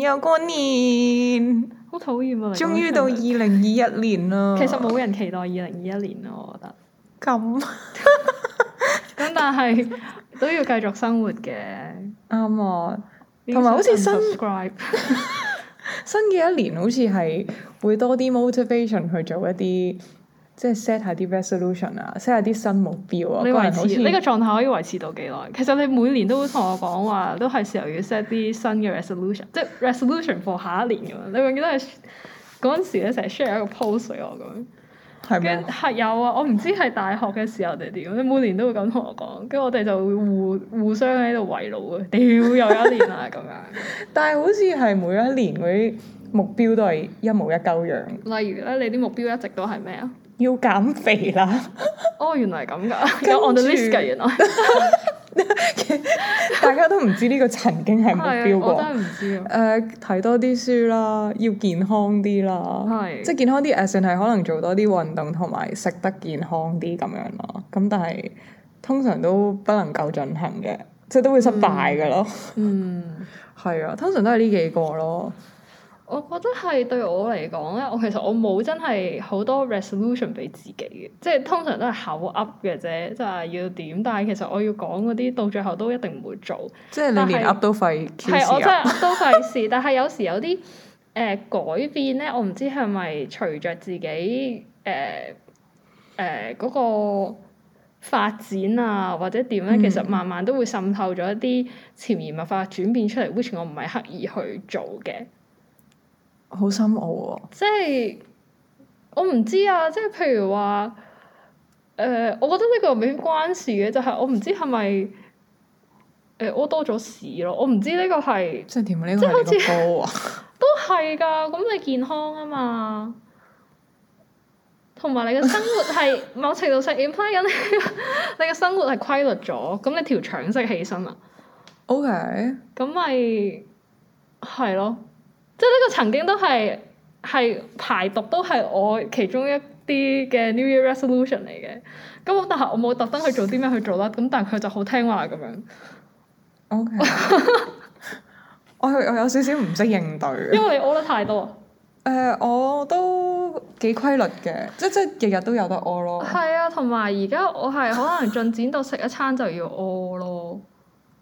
又過年，好討厭啊！終於到二零二一年啦。其實冇人期待二零二一年咯，我覺得。咁咁但係都要繼續生活嘅，啱啊！同埋好似新 subscribe 新嘅一年好似係會多啲 motivation 去做一啲，即係 set 下啲 resolution 啊，set 下啲新目標啊。你個人維好似持呢個狀態可以維持到幾耐？其實你每年都會同我講話，都係時候要 set 啲新嘅 resolution，即係 resolution for 下一年咁樣。你永遠都係嗰陣時咧，成日 share 一個 post 俾我咁樣。係跟咩？係有啊，我唔知係大學嘅時候定係點，你每年都會咁同我講，跟住我哋就會互互相喺度圍爐啊，屌又一年啦咁樣。但係好似係每一年嗰啲目標都係一模一鳩樣，例如咧，你啲目標一直都係咩 啊？要減肥啦。 哦，原來係咁跟㗎，有 on the 住 list 㗎 原來。大家都唔知呢個曾經係目標係啊，我喎。真係唔知啊。誒睇多啲書啦，要健康啲啦，係即係健康啲 as in 係可能做多啲運動同埋食得健康啲咁樣咯。咁但係通常都不能夠進行嘅，即係都會失敗嘅咯。嗯。係啊，通常都係呢幾個咯。我覺得係對我嚟講咧，我其實我冇真係好多 resolution 俾自己嘅，即係通常都係口噏嘅啫，就係要點。但係其實我要講嗰啲到最後都一定唔會做，即係你連但係 up 都費係 Q 事我真啊！係噏都費事。但係有時有啲誒、呃改變咧，我唔知係咪隨着自己誒誒嗰個發展啊，或者點咧，嗯其實慢慢都會滲透咗一啲潛移默化轉變出嚟，which 我唔係刻意去做嘅。好深奧喎。即係我唔知啊！即係譬如話，誒、我覺得呢個未必關事嘅，就係、我唔知係咪誒屙多咗屎咯，我唔知呢個係即係點啊？呢即個係好似係 你個 goal 啊！都係㗎。咁你健康啊嘛，同埋你嘅生活係某程度上 imply 緊你你嘅 生活係規律咗，咁你條腸識起身啦， OK，咁咪係咯。即係呢個曾經都係係排毒都係我其中一啲嘅 New Year resolution 嚟嘅。咁但係我冇特登去做啲咩去做啦。咁但係佢就好聽話咁樣， OK，我有我有少少唔識應對。因為你屙得太多。誒、我都幾規律嘅，即即日日都有得屙咯。係啊，同埋而家我係可能進展到食一餐就要屙咯。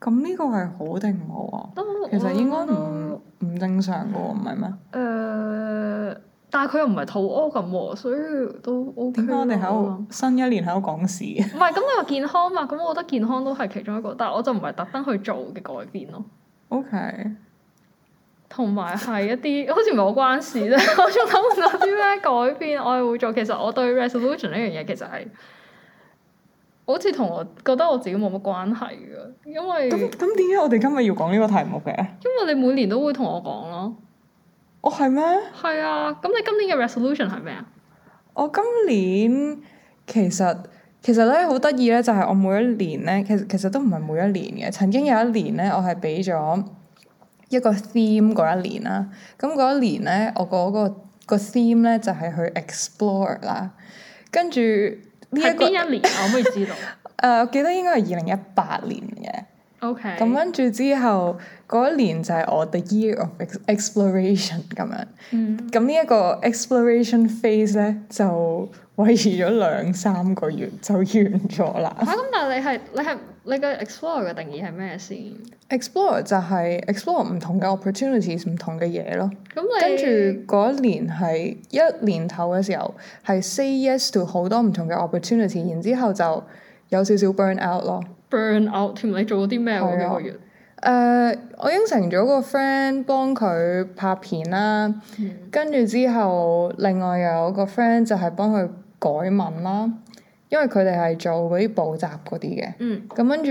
咁呢個係好定唔好啊？都其實應該誒、唔唔正常嘅喎，唔係咩？但係佢又唔係肚屙咁喎，所以都 O K 點解我哋喺度新一年喺度講 屎？唔係咁，你話健康嘛？咁我覺得健康都係其中一個，但係我就唔係特登去做嘅改變咯。 O K，同埋係一啲好 似唔係我關事啫， 我仲諗唔到啲咩改變我係會做。其實我對 resolution 呢樣嘢其實係好似同我覺得我自己冇乜關係嘅，因為咁咁點解我哋今日要講呢個題目嘅？因為你每年都會同我講咯。我係咩？係啊，咁你今年嘅 resolution 係咩啊？我哦今年其實其實咧好得意咧，就係我每一年咧，其實其實都唔係每一年嘅。曾經有一年咧，我係俾咗一個 theme 嗰一年啦。咁嗰一年咧，我嗰、個、個 theme 咧就係、去 explore 啦。跟住呢係一個邊誒、一年啊？可唔可以知道我記得應該係二零一八年嘅。 ？OK，咁跟住之後嗰一年就係我 the year of ex- exploration 咁樣。嗯，咁呢一個 exploration phase 咧，就維持咗兩三個月就完咗啦。啊嚇咁但係你係你係你嘅 explore 嘅定義係咩先？ explore 就係 explore 唔同嘅 opportunities，唔同嘅嘢咯。咁你跟住嗰一年係一年頭嘅時候，係 say yes to 好多唔同嘅 opportunity，然之後就有少少 burn out 咯。 burn out 添，你做咗啲咩係嗰啊幾個月？誒、呃我應承咗個 friend 幫佢拍片啦，跟住之後，另外有個 friend 就係幫佢改文啦，因為佢哋係做嗰啲補習嗰啲嘅。嗯咁跟住，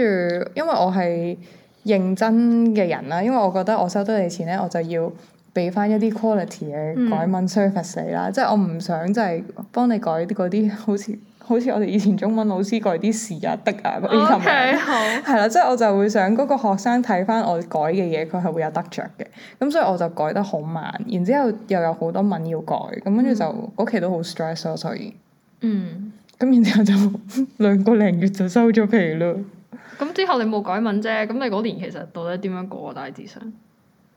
因為我係認真嘅人啦，因為我覺得我收得你錢咧，我就要俾翻一啲 quality 嘅改文 service 你啦，即係我唔想就係幫你改啲嗰啲好似好似我哋以前中文老師改啲是啊的啊嗰哦啲咁樣。 ，OK 好。 係啦，即係我就會想嗰個學生睇翻我改嘅嘢，佢係會有得着嘅。咁所以我就改得好慢，然之後又有好多文要改，咁跟住就嗰期都好 stress 咯，所以嗯，咁然之後就 兩個零月就收咗皮啦。咁之後你冇改文啫，咁你嗰年其實到底點樣過啊？大致上，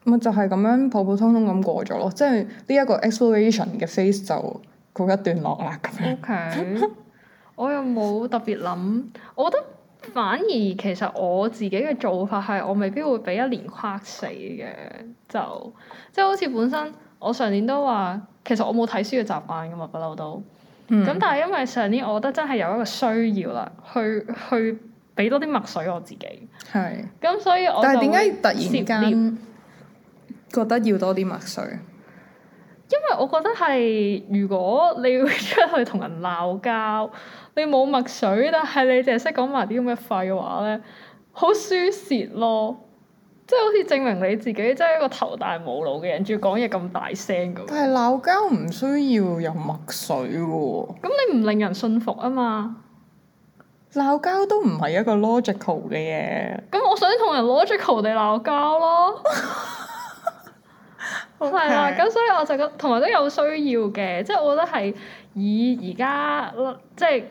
咪就係咁樣普普通通咁過咗咯，即係呢一個 exploration 嘅 phase 就告一段落啦咁樣。 OK，我 又冇特別諗，我覺得反而其實我自己嘅做法係我未必會俾一年框死嘅，就即係好似本身我上年都話，其實我冇睇書嘅習慣噶嘛，不嬲都。嗯咁、但係因為上年我覺得真係有一個需要啦，去去俾多啲墨水我自己，係，咁所以我但係就點解會突涉然獵間覺得要多啲墨水？因為我覺得係，如果你要出去同人鬧交，你冇墨水，但係你淨係識講埋啲咁嘅廢話咧，好輸蝕咯。即係好似證明你自己真係一個頭大冇腦嘅人，仲要講嘢咁大聲咁。但係鬧交唔需要有墨水喎、咁你唔令人信服啊嘛？鬧交都唔係一個 logical 嘅嘢。咁我想同人 logical 地鬧交咯。係啦，咁所以我就覺同埋都有需要嘅，即係我覺得係以而家即係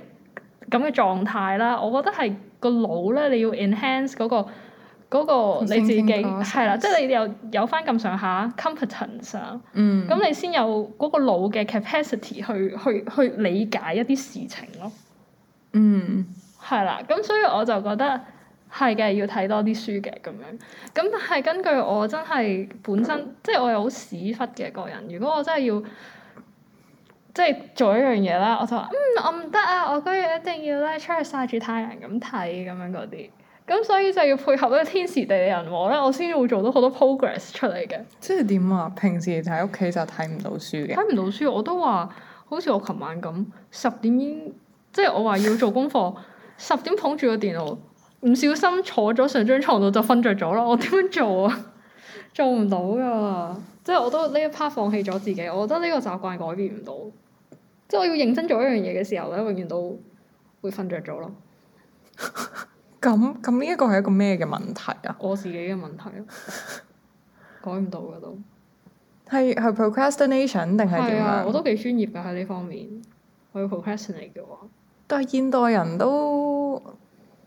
咁嘅狀態啦，我覺得係個腦咧，你要 enhance 嗰、個嗰、個你自己 Thinking process 係啦，即係你有有翻咁上下 competence 啊，嗯，咁、你先有嗰個腦嘅 capacity 去去去理解一啲事情咯，嗯，係啦，咁所以我就覺得。係嘅，要睇多啲書嘅咁樣。咁但係根據我真係本身，即係我係好屎忽嘅個人。如果我真係要即係做一樣嘢啦，我就話嗯我唔得啊，我嗰日一定要咧出去曬住太陽咁睇咁樣嗰啲。咁所以就要配合咧天時地利人和咧，我先會做到好多 progress 出嚟嘅。即係點啊？平時喺屋企就睇唔到書嘅。睇唔到書，我都話好似我琴晚咁，十點已經即係我話要做功課， 十點捧住個電腦，唔小心坐咗上張床度就瞓着咗啦。我點樣做啊？ 做唔到噶，即係我都呢一 part 放棄咗自己。我覺得呢個習慣改變唔到，即係我要認真做一樣嘢嘅時候咧，永遠都會瞓着咗咯。咁咁呢一個係一個咩嘅問題啊？我自己嘅問題咯，改唔到噶都。係係 procrastination 定係係點啊，我樣？都幾專業㗎喺呢方面。我要 procrastinate 嘅話。但係現代人都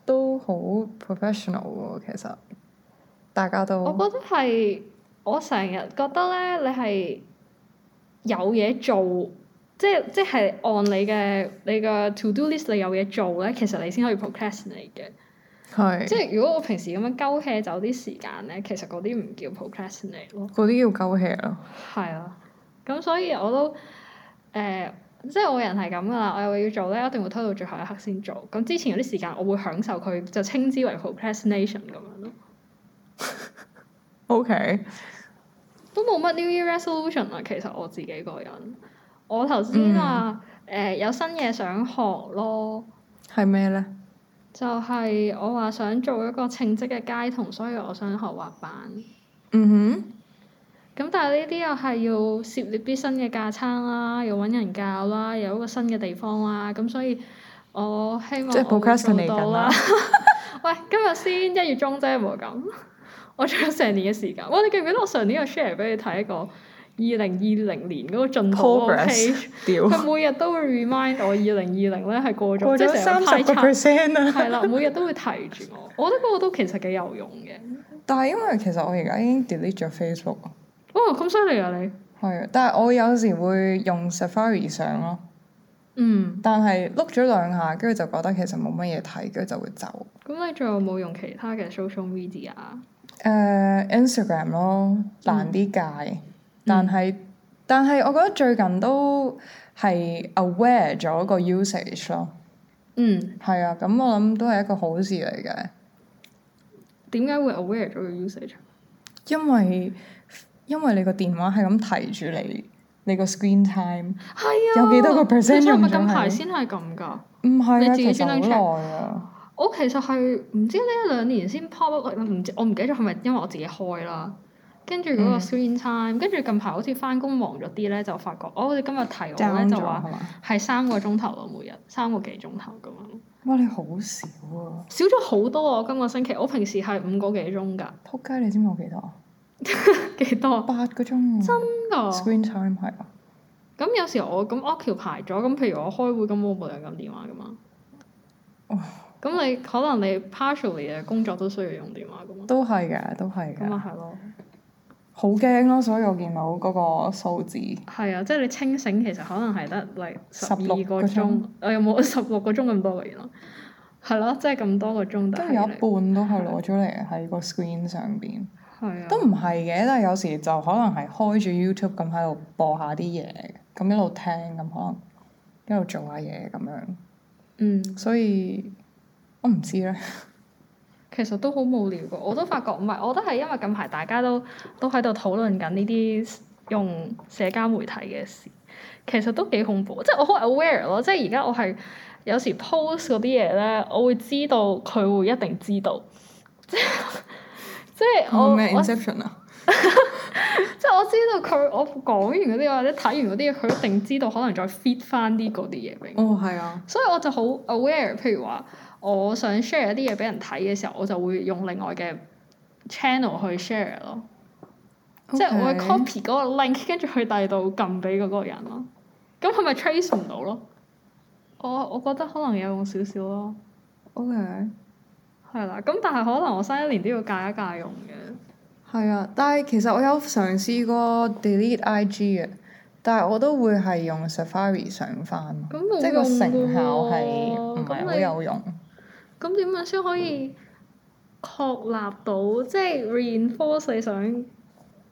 都好 professional 喎，其實大家我都覺得係我成日覺得咧，你係有嘢做，即係即係按你嘅你嘅 to do list，你有嘢做咧，其實你先可以 procrastinate 嘅。係即係如果我平時咁樣鳩 hea 走啲時間咧，其實嗰啲唔叫 procrastinate 咯。嗰啲要鳩氣咯。係啊，咁所以我都誒、呃即係我人係咁噶啦，我有嘢要做咧，一定會推到最後一刻先做。咁之前嗰啲時間，我會享受佢，就稱之為 procrastination 咁樣咯。 OK，都冇乜 New Year resolution 啊啦，其實我自己個人，我頭先話誒嗯有新嘢想學咯，係咩咧？就係、我話想做一個稱職嘅街童，所以我想學滑板。嗯咁但係呢啲又係要涉獵啲新嘅架撐啦，要揾人教啦，有一個新嘅地方啦，咁所以我希望即係啊我會做 procrastinate 到緊啦 啦。喂，今日先一月中啫，冇咁。 我仲有成年嘅時間。哇！你記唔記得我上年有 share 俾你睇一個二零二零年嗰個進哼度嗰個 page？ ，progress 屌，佢每日都會 remind 我二零二零咧係過 咗，過啊即咗係三成日十個派 percent 啊啦。係啦，每日都會提住我。我覺得嗰個都其實幾有用嘅。但係因為其實我而家已經 delete 咗 Facebook，哇！咁犀利啊你，係啊，但係我有時會用 Safari 上咯，嗯，但係碌咗兩下，跟住就覺得其實冇乜嘢睇，跟住就會走。咁你仲有冇用其他嘅 social media 啊？誒、Instagram 咯，難啲戒，嗯但係但係我覺得最近都係 aware 咗個 usage 咯，嗯，係啊，咁我諗都係一個好事嚟嘅，點解會 aware 咗個 usage？啊因為因為你個電話係咁提住你，你個 screen time 係啊，有幾多個 percent 其實係用咪咗近係排先係咁㗎？唔係你啊，自己其實專好登 check 耐啊，我其實係唔知呢一兩年先 pop up，唔知我唔記得咗係咪因為我自己開啦。跟住嗰個嗯 screen time，跟住近排好似翻工忙咗啲咧，就發覺哦，你今日提我咧 down 就咗話係。嘛？係三個鐘頭咯，每日三個幾鐘頭咁樣，哇！你好少啊，少咗好多啊！我今個星期我平時係五個幾鐘㗎， 仆街你知唔知我幾多啊？幾多八個鐘啊真㗎？ ，screen time 係啊，咁有時我咁 occupy 咗，咁譬如我開會，咁我冇理由撳電話㗎嘛哦。咁你可能你 partially 嘅工作都需要用電話㗎嘛，都係嘅，都係啊咁啊嘅。啊係咯。好驚咯！所以我見到嗰個數字，係啊，即係你清醒其實可能係得嚟十二16個個鐘鐘，我有冇 十六個鐘咁多嘅原來？係咯，即係咁多個鐘，跟但住有一係半都係攞咗嚟喺個 screen 上邊。係啊，都唔係嘅，但係有時就可能係開住 YouTube 咁喺度播下啲嘢，咁一路聽咁可能一路做下嘢咁樣，嗯，所以我唔知咧。其實都好無聊噶，我都發覺唔係，我覺得係因為近排大家都都喺度討論緊呢啲用社交媒體嘅事，其實都幾恐怖，即係我好 aware 咯，即係而家我係有時 post 嗰啲嘢咧，我會知道佢會一定知道， 即係即係我咩我 Inception 啊？即係我知道佢，我講完嗰啲或者睇完嗰啲嘢，佢一定知道可能再 fit 翻啲嗰啲嘢俾我。哦，係啊，所以我就好 aware，譬如話我想 share 一啲嘢俾人睇嘅時候，我就會用另外嘅 channel 去 share 咯。即係我會 copy 嗰個 link，跟住去第二度撳俾嗰個人咯。咁係咪 trace 唔到咯？我我覺得可能有用少少咯， OK，係啦。咁但係可能我新一年都要戒一戒用嘅。係啊，但係其實我有嘗試過 delete IG 嘅，但係我都會係用 Safari 上翻，咁冇即係個用成效㗎係喎唔係咁好你有用。咁點樣先可以確立到即係 reinforce 你想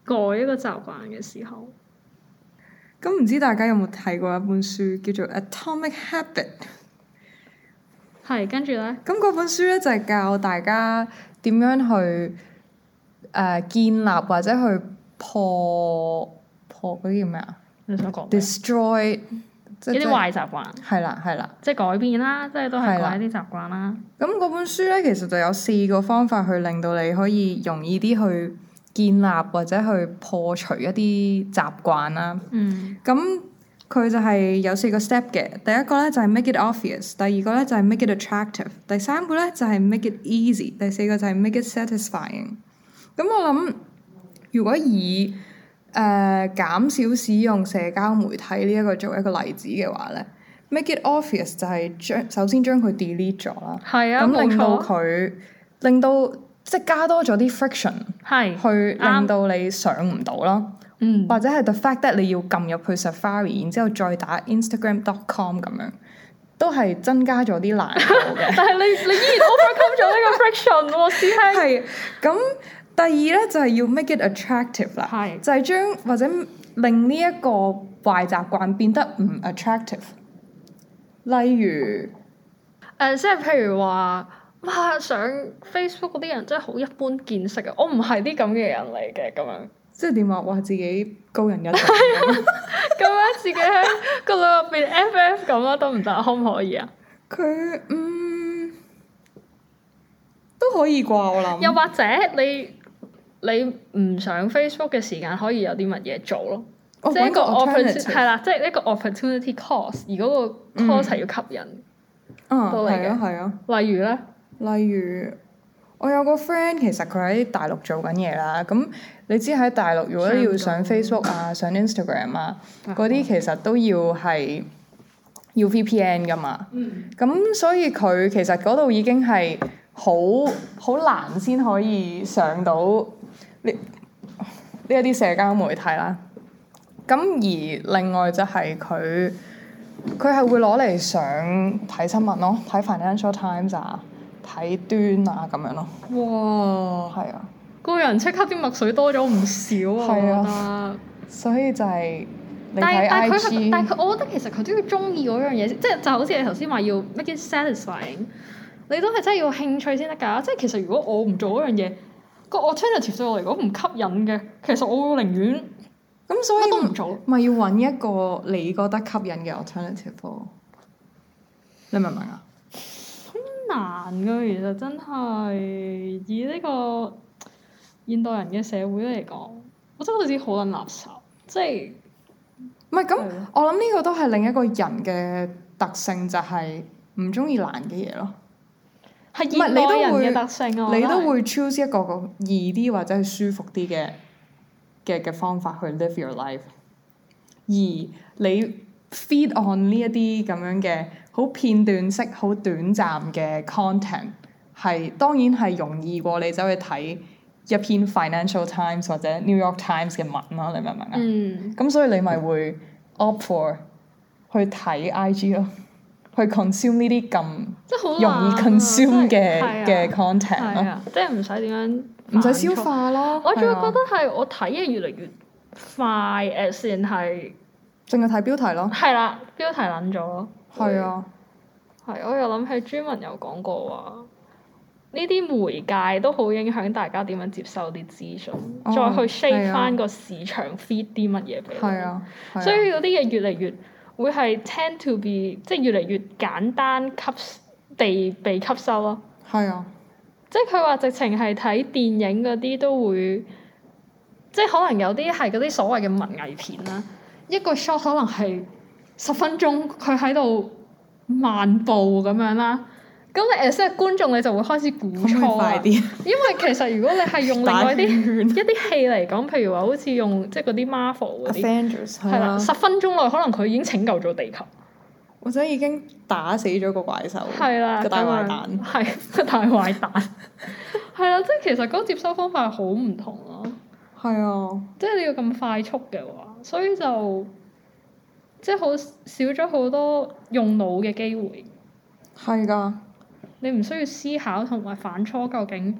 改一個習慣嘅時候？咁唔知大家有冇睇過一本書叫做《Atomic Habit》？係跟住咧，咁嗰本書咧就係、教大家點樣去誒、呃建立或者去破破嗰啲叫咩啊你想講咩？destroy 即一即啲壞習慣，係啦係啦。即係改變啦，即係都係係啦改一啲習慣啦。咁嗰本書咧其實就有四個方法去令到你可以容易啲去建立或者去破除一啲習慣啦。嗯咁佢就係有四個 step 嘅，第一個咧就係 make it obvious，第二個咧就係 make it attractive，第三個咧就係 make it easy，第四個就係 make it satisfying。咁我諗，如果以誒、呃、減少使用社交媒體呢一個做一個例子嘅話咧，make it obvious 就係將首先將佢 delete 咗啦，係啊，咁冇令到錯，佢令到即係加多咗啲 friction 係去啱令到你上唔到咯。嗯或者係 the fact that 你要撳入去 Safari，然之後再打 Instagram.com 咁樣，都係增加咗啲難度嘅。但係你你依然 overcome 咗呢個 friction 喎，師兄。 係咁，第二咧就係、要 make it attractive 啦，係就係將或者令呢一個壞習慣變得唔 attractive。例如誒、呃即係譬如話，哇，上 Facebook 嗰啲人真係好一般見識啊！我唔係啲咁嘅人嚟嘅，咁樣。即係點話？哇！自己高人一等， 咁樣自己喺個腦入邊 FF 咁啦，得唔得？可唔可以啊？佢嗯都可以啩，我諗。又或者你你唔上 Facebook 嘅時間，可以有啲乜嘢做咯？我即係揾一個哦個 opportunity alternative，係啦，即係一個 opportunity cost，而嗰個 cost 係要吸引。嗯，都嚟係嘅啊，係啊。例如咧，例如，我有個 friend 其實佢喺大陸做緊嘢啦，咁你知喺大陸如果要上 Facebook 啊、上 Instagram 啊嗰嗯啲，其實都要係要 VPN 噶嘛。嗯，咁所以佢其實嗰度已經係好好難先可以上到呢呢一啲社交媒體啦。咁而另外就係佢佢係會攞嚟上睇新聞咯，睇 Financial Times 啊，睇端啊咁樣咯。哇，係啊，個人即刻啲墨水多咗唔少啊！係我所以就係你覺得，但睇係但係佢 IG 但係佢，我覺得其實佢都要中意嗰樣嘢，即係就好似你頭先話要 make it satisfying，你都係真係要興趣先得㗎。即係其實如果我唔做嗰樣嘢，個 alternative 對我嚟講唔吸引嘅，其實我會寧願咁，所乜都以唔做。咪要揾一個你覺得吸引嘅 alternative 咯。你明唔明啊？難㗎，其實真係以呢個現代人嘅社會嚟講，我真係覺得自己好撚垃圾，即係唔係咁係咯，我諗呢個都係另一個人嘅特性，就係唔中意難嘅嘢咯。係唔係現你都代人會嘅特性啊！你都會會 choose 一個個易啲或者係舒服啲嘅嘅嘅方法去 live your life，而你 feed on 呢一啲咁樣嘅好片段式、好短暫嘅 content，係當然係容易過你走去睇一篇 Financial Times 或者 New York Times 嘅文啦，你明唔明啊？嗯，咁所以你咪會 opt for 去睇 IG 咯，去 consume 呢啲咁即係好啊容易 consume 嘅嘅 content 係咯，啊，即係唔使點樣唔使犯消錯化咯。我仲會係啊覺得係我睇嘢越嚟越快，誒先係淨係睇標題咯，係啦，標題撚咗咯。係啊，係，我又諗起專文有講過話，呢啲媒介都好影響大家點樣接收啲資訊，哦再去係 shape 啊翻個市場 feed 啲乜嘢俾你。係啊，係啊所以嗰啲嘢越嚟越會係 tend to be 即係越嚟越簡單吸地被吸收咯。係啊，即係佢話直情係睇電影嗰啲都會，即係可能有啲係嗰啲所謂嘅文藝片啦，一個 shot 可能係十分鐘，佢喺度漫步咁樣啦。咁你 as 係觀眾，你就會開始估可唔可以錯啊快啲因為其實如果你係用另打外圈啲圈一啲戲嚟講，譬如話好似用即係嗰啲 Marvel 嗰 啲，？Avengers 係啊係啦，啦，十分鐘內可能佢已經拯救咗地球，或者已經打死咗個怪獸，係啦，個大咁壞樣蛋，係個大壞蛋，係啦，即係其實嗰個接收方法係好唔同咯。係啊，即係你要咁快速嘅話，所以就即係好少咗好多用腦嘅機會。係㗎，你唔需要思考同埋反芻究竟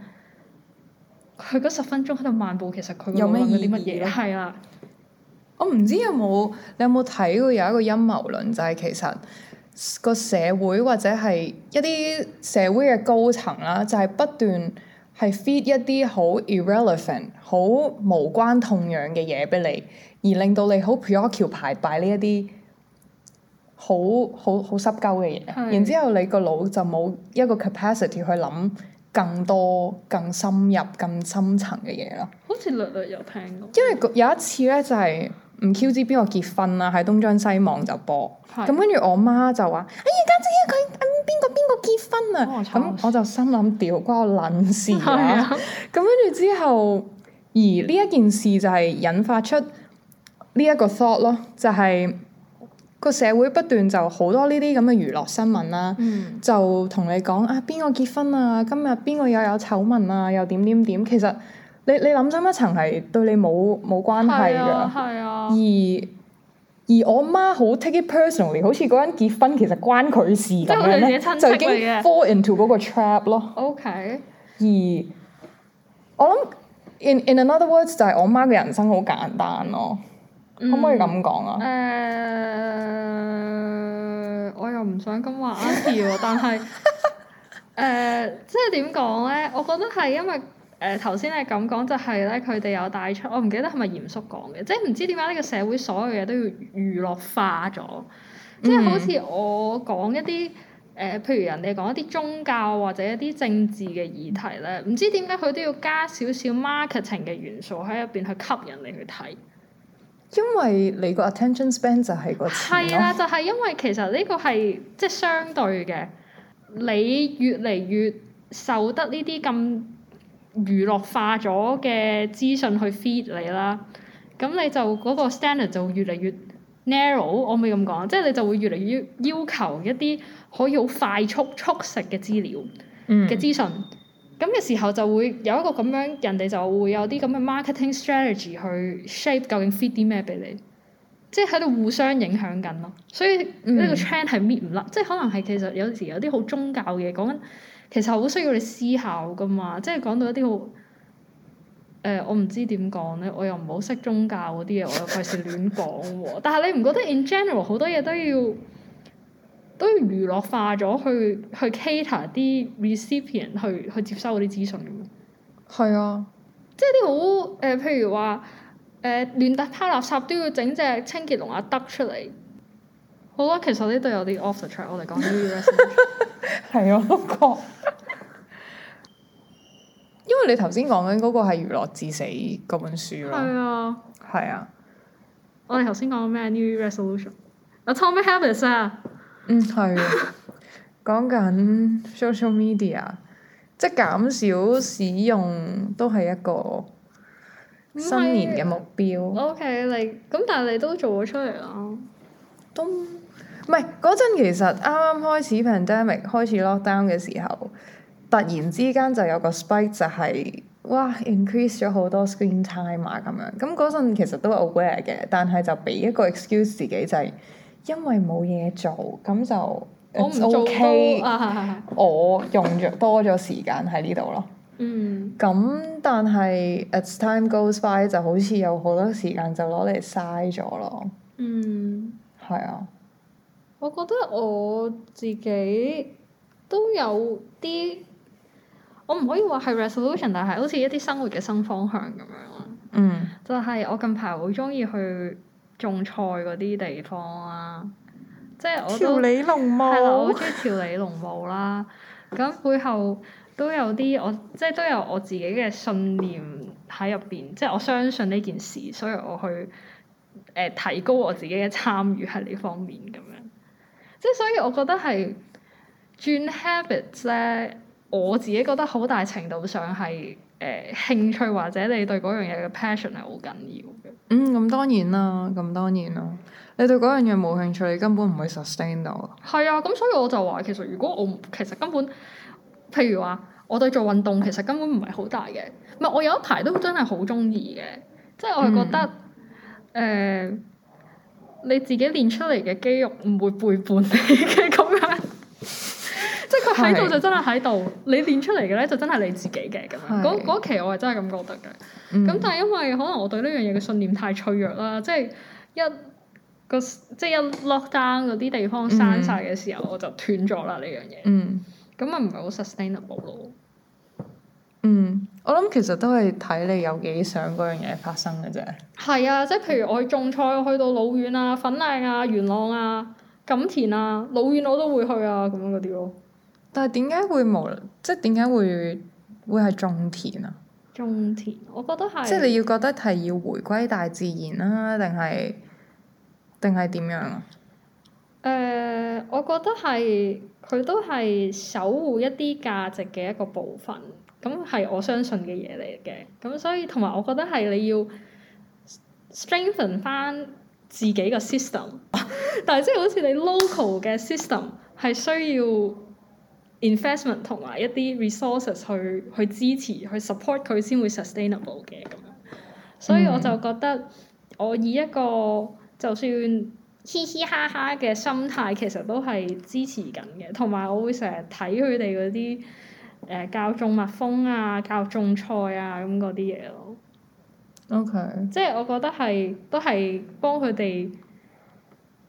佢嗰十分鐘喺度漫步，其實佢個有腦咩諗緊啲乜意義嘢？呢係啦，我唔知有冇你有冇睇過有一個陰謀論，就係、其實個社會或者係一啲社會嘅高層啦，就係、不斷係 feed 一啲好 irrelevant、好無關痛癢嘅嘢俾你，而令到你好 preoccupied by 呢一啲好好好濕鳩嘅嘢，係然之後你個腦就冇一個 capacity 去諗更多、更深入、更深層嘅嘢咯。好似略略有聽過。因為個有一次咧就係唔 Q 知邊個結婚啦，喺東張西望就播，係咁跟住我媽就話：哎呀家姐佢嗯邊個邊個結婚哦啊！慘咁我就心諗屌關我撚事 係啊！啊，咁跟住之後，而呢一件事就係引發出呢一個 thought 咯，就係、個社會不斷就好多呢啲咁嘅娛樂新聞啦。嗯，就同你講啊，邊個結婚啊？今日邊個又有醜聞啊？又點點點？其實你你諗深一層係對你冇冇關係係㗎。啊，係啊，而而我媽好 take it personally，好似嗰人結婚其實關佢事咁係樣佢自咧，己親戚就已經嚟嘅 fall into 嗰個 trap 咯。 OK，而我諗 in in another words 就係我媽嘅人生好簡單咯，可可唔可以咁講啊？誒，我又唔想咁話 Auntie 喎，但係誒、即係點講咧？我覺得係因為誒頭先你咁講，就係咧佢哋有帶出，我唔記得係咪嚴叔講嘅，即係唔知點解呢個社會所有嘢都要娛樂化咗，即係好似我講一啲。誒、譬如人哋講一啲宗教或者一啲政治嘅議題咧，唔知點解佢都要加少少 marketing 嘅元素喺入邊去吸引你去睇。因為你個 attention span 就係個錢係咯啊啦，。就係、因為其實呢個係即係相對嘅，你越嚟越受得呢啲咁娛樂化咗嘅資訊去 feed 你啦，咁你就嗰、個 standard 就越嚟越 narrow，我可以咁講，即係你就會越嚟越要求一啲可以好快速速食嘅資料。嗯嘅資訊。咁嘅時候就會有一個咁樣，人哋就會有啲咁嘅 marketing strategy 去 shape 究竟 fit 啲咩俾你，即係喺度互相影響緊咯。所以呢個嗯 trend 係搣唔甩，即係可能係其實有時有啲好宗教嘅嘢講緊，其實好需要你思考噶嘛。即係講到一啲好誒，我唔知點講咧，我又唔好識宗教嗰啲嘢，我又費事亂講喎。 但係你唔覺得 in general 好多嘢都要？都要娛樂化咗去去 cater 啲 recipient 去去接收嗰啲資訊咁樣，係啊，即係啲好誒，譬如話呃誒亂搭拋垃圾都要整隻清潔龍阿德出嚟。好啦，其實呢度有啲 off the track，我哋講 New Year's Resolution 係我都覺。因為你頭先講緊嗰個係娛樂至死嗰本書咯，係啊，係啊，我哋頭先講咩 New Year Resolution？Atomic Habits 啊，嗯係啊，講緊 social media，即係減少使用都係一個唔係新年嘅目標。 OK，你咁但係你都做咗出嚟啦，都唔係嗰陣，其實啱啱開始 pandemic 開始 lockdown 嘅時候，突然之間就有個 spike 就係哇 increase 咗好多 screen time 啊咁樣。咁嗰陣其實都 aware 嘅，但係就俾一個 excuse 自己就係、因為冇嘢做，咁就我唔 it's 做 okay，都啊，係係係，我用咗多咗時間喺呢度咯。嗯，咁但係 as time goes by 就好似有好多時間就攞嚟嘥咗咯，嗯。係啊，我覺得我自己都有啲，我唔可以話係 resolution，但係好似一啲生活嘅新方向咁樣咯。嗯就係我近排好中意去種菜嗰啲地方啦，即係我都理龍係啦，我好中意調理農務啦。咁背後都有啲我即係都有我自己嘅信念喺入邊，即係我相信呢件事，所以我去誒、呃提高我自己嘅參與喺呢方面咁樣。即係所以我覺得係轉 habits 咧，我自己覺得好大程度上係誒、呃、興趣或者你對嗰樣嘢嘅 passion 係好緊要嘅。嗯，咁當然啦，咁當然啦，你對嗰樣嘢冇興趣，你根本唔會 sustain 到。係啊，咁所以我就話其實如果我唔其實根本，譬如話我對做運動其實根本唔係好大嘅，唔係我有一排都真係好中意嘅，即係我係覺得誒、嗯呃你自己練出嚟嘅肌肉唔會背叛你嘅咁樣， 即係佢喺度係就真係喺度，你練出嚟嘅咧就真係你自己嘅咁樣。嗰係嗰期我係真係咁覺得嘅。嗯咁但係因為可能我對呢樣嘢嘅信念太脆弱啦，即係一個即係一 lockdown 嗰啲地方閂晒嘅時候，我就斷咗啦呢樣嘢，嗯咁咪唔係好 sustainable 咯。嗯，我諗其實都係睇你有幾想嗰樣嘢發生嘅啫。係啊，即係譬如我去種菜，我去到老遠啊、粉嶺啊、元朗啊、錦田啊、老遠我都會去啊，咁樣嗰啲咯。但係點解會無即係點解會會係種田啊？種田，我覺得係即係你要覺得係要回歸大自然啦、定係定係點樣啊？誒、我覺得係佢都係守護一啲價值嘅一個部分，咁係我相信嘅嘢嚟嘅。咁所以同埋我覺得係你要 strengthen 翻自己個 system，但 係即係好似你 local 嘅 system 係需要 investment 同埋一啲 resources 去去支持去 support 佢先會 sustainable 嘅咁樣。所以我就覺得我以一個就算嘻嘻哈哈嘅心態，其實都係支持緊嘅。同埋我會成日睇佢哋嗰啲誒教種蜜蜂啊、教種菜啊咁嗰啲嘢咯。 OK，即係我覺得係都係幫佢哋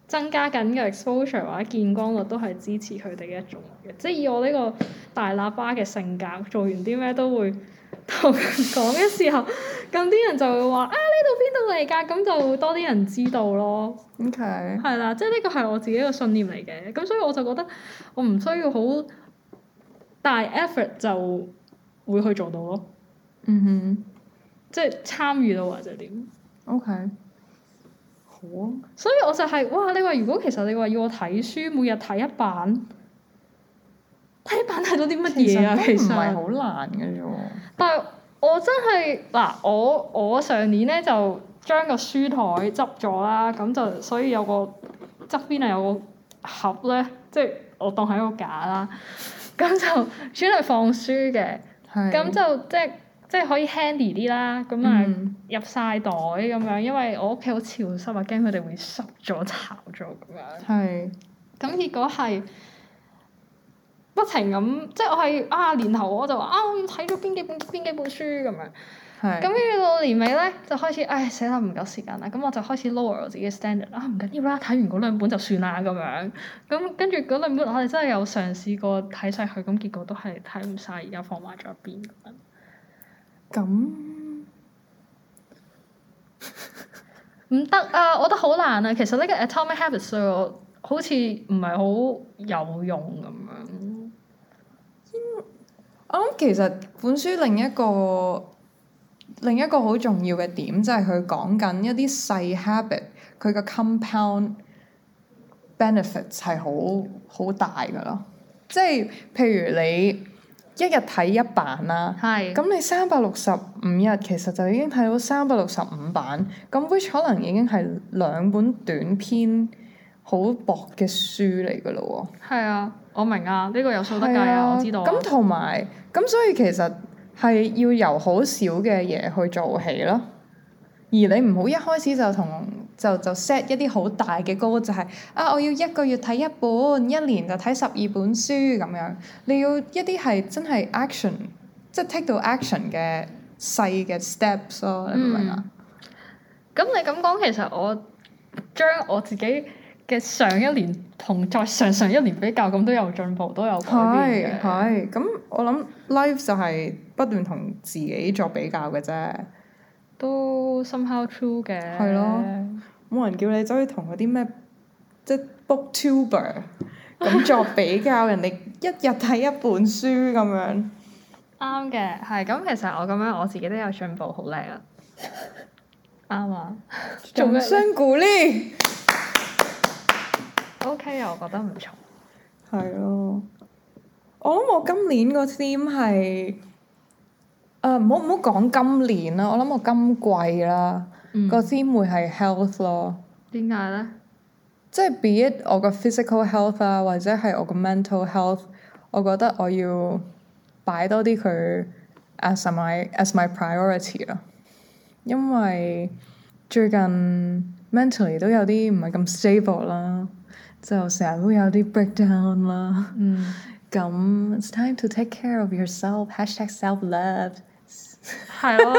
增加緊嘅 exposure 或者見光率，都係支持佢哋嘅一種嚟嘅。即係以我呢個大喇叭嘅性格，做完啲咩都會同人講嘅時候，咁啲人就會話啊呢度邊度嚟㗎？咁就多啲人知道咯。 OK，係啦，即係呢個係我自己嘅信念嚟嘅，咁所以我就覺得我唔需要好大 effort 就會去做到咯，嗯即係參與到或者點。哼，OK，好啊，所以我就係、哇！你話如果其實你話要我睇書，每日睇一版，睇一版睇到啲乜其嘢實啊？都其唔實，係好難嘅啫喎。但係我真係嗱，我我上年咧就將個書台執咗啦，咁就所以有個側邊係有個盒咧，即係我當係一個架啦， 咁就主要係放書嘅，係咁就即係即係可以 handy 啲啦，咁啊嗯入晒袋咁樣，因為我屋企好潮濕啊，驚佢哋會濕咗、潮咗咁樣。係咁結果係不停咁，即係我係啊年頭我就話啊我睇咗邊幾本邊幾本書咁樣，係咁跟住到年尾咧就開始唉死啦唔夠時間啦，咁我就開始 lower 我自己嘅 standard 啊唔緊要啦，睇完嗰兩本就算啦咁樣，咁跟住嗰兩本我哋真係有嘗試過睇晒佢，咁結果都係睇唔晒，而家放埋咗一邊咁樣。咁唔得啊！我覺得好難啊。其實呢個 Atomic Habits 對我好似唔係好有用咁樣。我諗其實本書另一個另一個好重要嘅點就係佢講緊一啲細 habit，佢個 compound benefits 係好好大噶咯。即係譬如你一日睇一版啦，係咁咁你三百六十五日其實就已經睇到三百六十五版，咁 which 可能已經係兩本短篇好薄嘅書嚟噶咯喎。係啊，我明啊，呢個有數得計係啊，我知道啊。咁同埋咁，所以其實係要由好少嘅嘢去做起咯。而你唔好一開始就同就就 set 一啲好大嘅 goal，就係、啊我要一個月睇一本，一年就睇十二本書咁樣。你要一啲係真係 action，即係 take 到 action 嘅細嘅 steps 咯，你明唔明啊？嗯咁你咁講，其實我將我自己嘅上一年同再上上一年比較，咁都有進步，都有改係變嘅。係，咁我諗 life 就係不斷同自己作比較嘅啫，都 somehow true 嘅。係咯冇人叫你走去同嗰啲咩即係 booktuber 咁作比較，人哋一日睇一本書咁樣。啱嘅，係咁。其實我咁樣我自己都有進步，好靚 啊！啱啊！做咩掌聲鼓勵。 ？OK 啊，我覺得唔錯。係咯，我諗我今年個 theme 係誒唔好唔好講今年啦，我諗我今季啦、嗯個 theme 會係 health 咯，點解咧？即係 be it 我個 physical health 啊，或者係我個 mental health，我覺得我要擺多啲佢 as my as my priority 咯，因為最近 mentally 都有啲唔係咁 stable 啦，就成日都有啲 breakdown 啦。嗯，咁 it's time to take care of yourself. Hashtag self love。係咯，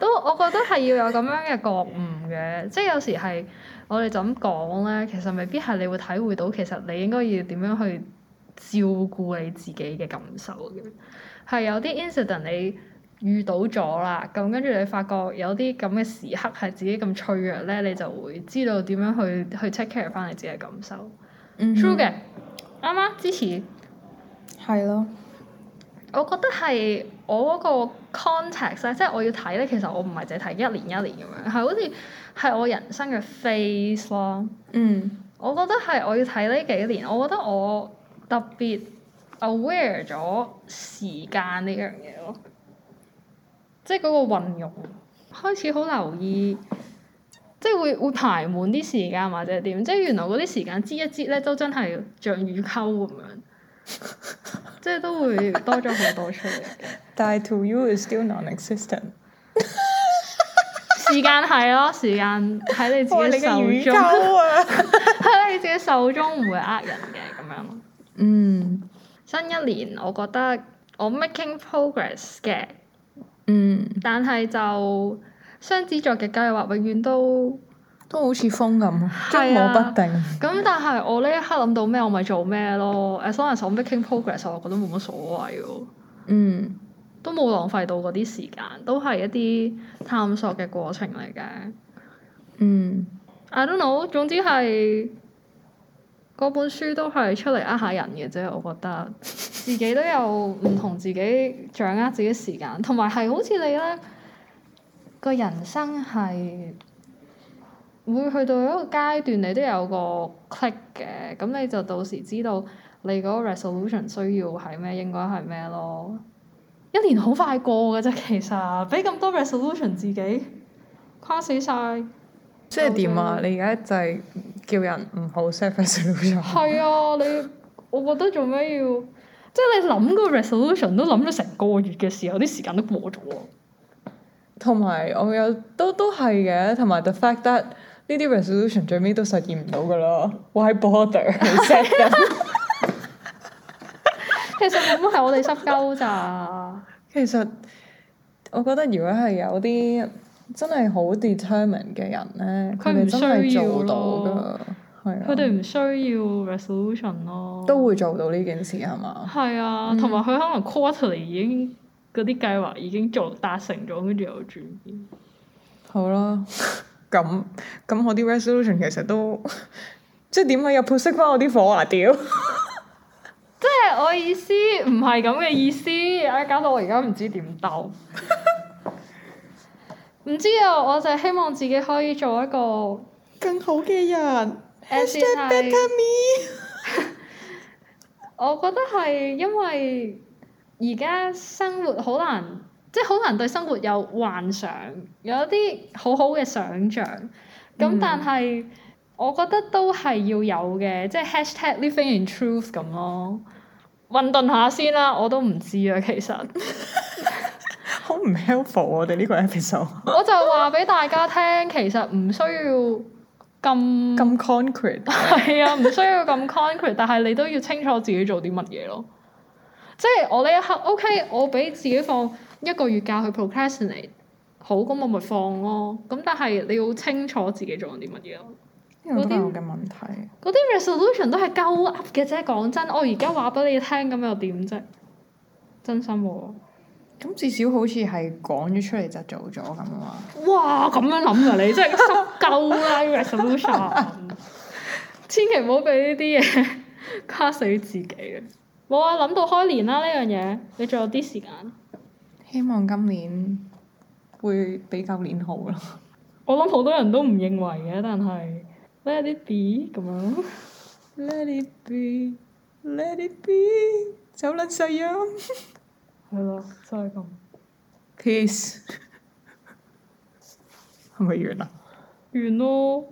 都我覺得係要有咁樣嘅覺悟嘅，即係有時係我哋就咁講咧，其實未必係你會體會到，其實你應該要點樣去照顧你自己嘅感受嘅。係有啲 incident 你遇到咗啦，咁跟住你發覺有啲咁嘅時刻係自己咁脆弱咧，你就會知道點樣去去 take care 翻你自己嘅感受。True 嗯嘅，啱啱支持。係咯，我覺得係我嗰個 context 咧，即係我要睇咧，其實我唔係淨係睇一年一年咁樣，係好似係我人生嘅 phase 咯。嗯我覺得係我要睇呢幾年，我覺得我特別 aware 咗時間呢樣嘢咯，即係嗰個運用開始好留意，即係會會排滿啲時間或者點，即係原來嗰啲時間擠一擠咧都真係像乳溝咁樣，即係都會多咗好多出嚟。但係 to you is still non-existent。時間係咯，時間喺你哇！你自己嘅乳手中，溝啊！ 喺你自己手中唔會呃人嘅咁樣咯。 嗯新一年我覺得我 making progress 嘅，嗯，但係就雙子座嘅計劃永遠都都好似風咁，捉係啊摸不定。咁，但係我呢一刻諗到咩我咪做咩咯。As long as 我 making progress，我覺得冇乜所謂喎，嗯都冇浪費到嗰啲時間，都係一啲探索嘅過程嚟嘅。嗯 I don't know，總之係嗰本書都係出嚟呃下人嘅啫，我覺得自己都有唔同自己掌握自己時間，同埋係好似你咧個人生係會去到一個階段，你都有個 click 嘅，咁你就到時知道你嗰個 resolution 需要係咩，應該係咩咯。一年好快過嘅啫，其實俾咁多 resolution 自己跨死晒。即係點啊？你而家就係叫人唔好 set resolution。係啊，你我覺得做咩要？即係你諗個 resolution 都諗咗成個月嘅時候，啲時間都過咗喎。同埋我有都都係嘅，同埋 the fact that 呢啲 resolution 最尾都實現唔到噶啦，why bother set 咁？其實根本係我哋濕鳩咋。其實我覺得如果係有啲真係好 determined 嘅人咧，佢佢唔哋真係需要做到㗎咯，佢係哋啊，唔需要 resolution 咯。都會做到呢件事係嘛？係啊，同埋佢可能 quarterly 已經嗰啲計劃已經做達成咗，跟住又轉變。好啦，咁咁我啲 resolution 其實都即係點解又潑熄翻我啲火啊屌！即係我意思唔係咁嘅意思，啊搞到我而家唔知點 鬥。唔知啊，我就係希望自己可以做一個。更好嘅人 As in ，hashtag better me。我覺得係因為而家生活好難，即係好難對生活有幻想，有一啲好好嘅想像。咁但係我覺得都係要有嘅，即係 hashtag living in truth 咁咯。混沌下先啦，我都唔知啊，其實好唔 helpful 啊我哋呢個 episode 我就話俾大家聽，其實唔需要咁咁 concrete。係啊，唔需要咁 concrete，但係你都要清楚自己做啲乜嘢咯。即係我呢一刻，OK，我俾自己放一個月假去 procrastinate，好，咁我咪放咯。咁但係你要清楚自己做緊啲乜嘢咯。呢個都係我嘅問題。嗰啲 resolution 都係鳩噏嘅啫，講真，我而家話俾你聽，咁又點啫？真心喎、咁至少好似係講咗出嚟就做咗咁啊嘛。哇，咁樣諗㗎你，真係濕鳩啦 resolution！千祈唔好俾呢啲嘢卡死自己嘅。冇啊，諗到開年啦呢樣嘢，你仲有啲時間。希望今年會比舊年好咯。我諗好多人都唔認為嘅，但係 let it be 咁樣。 Let it be, let it be，走撚細音。係咯，就係咁。 Peace。係咪完啦？啊完咯〜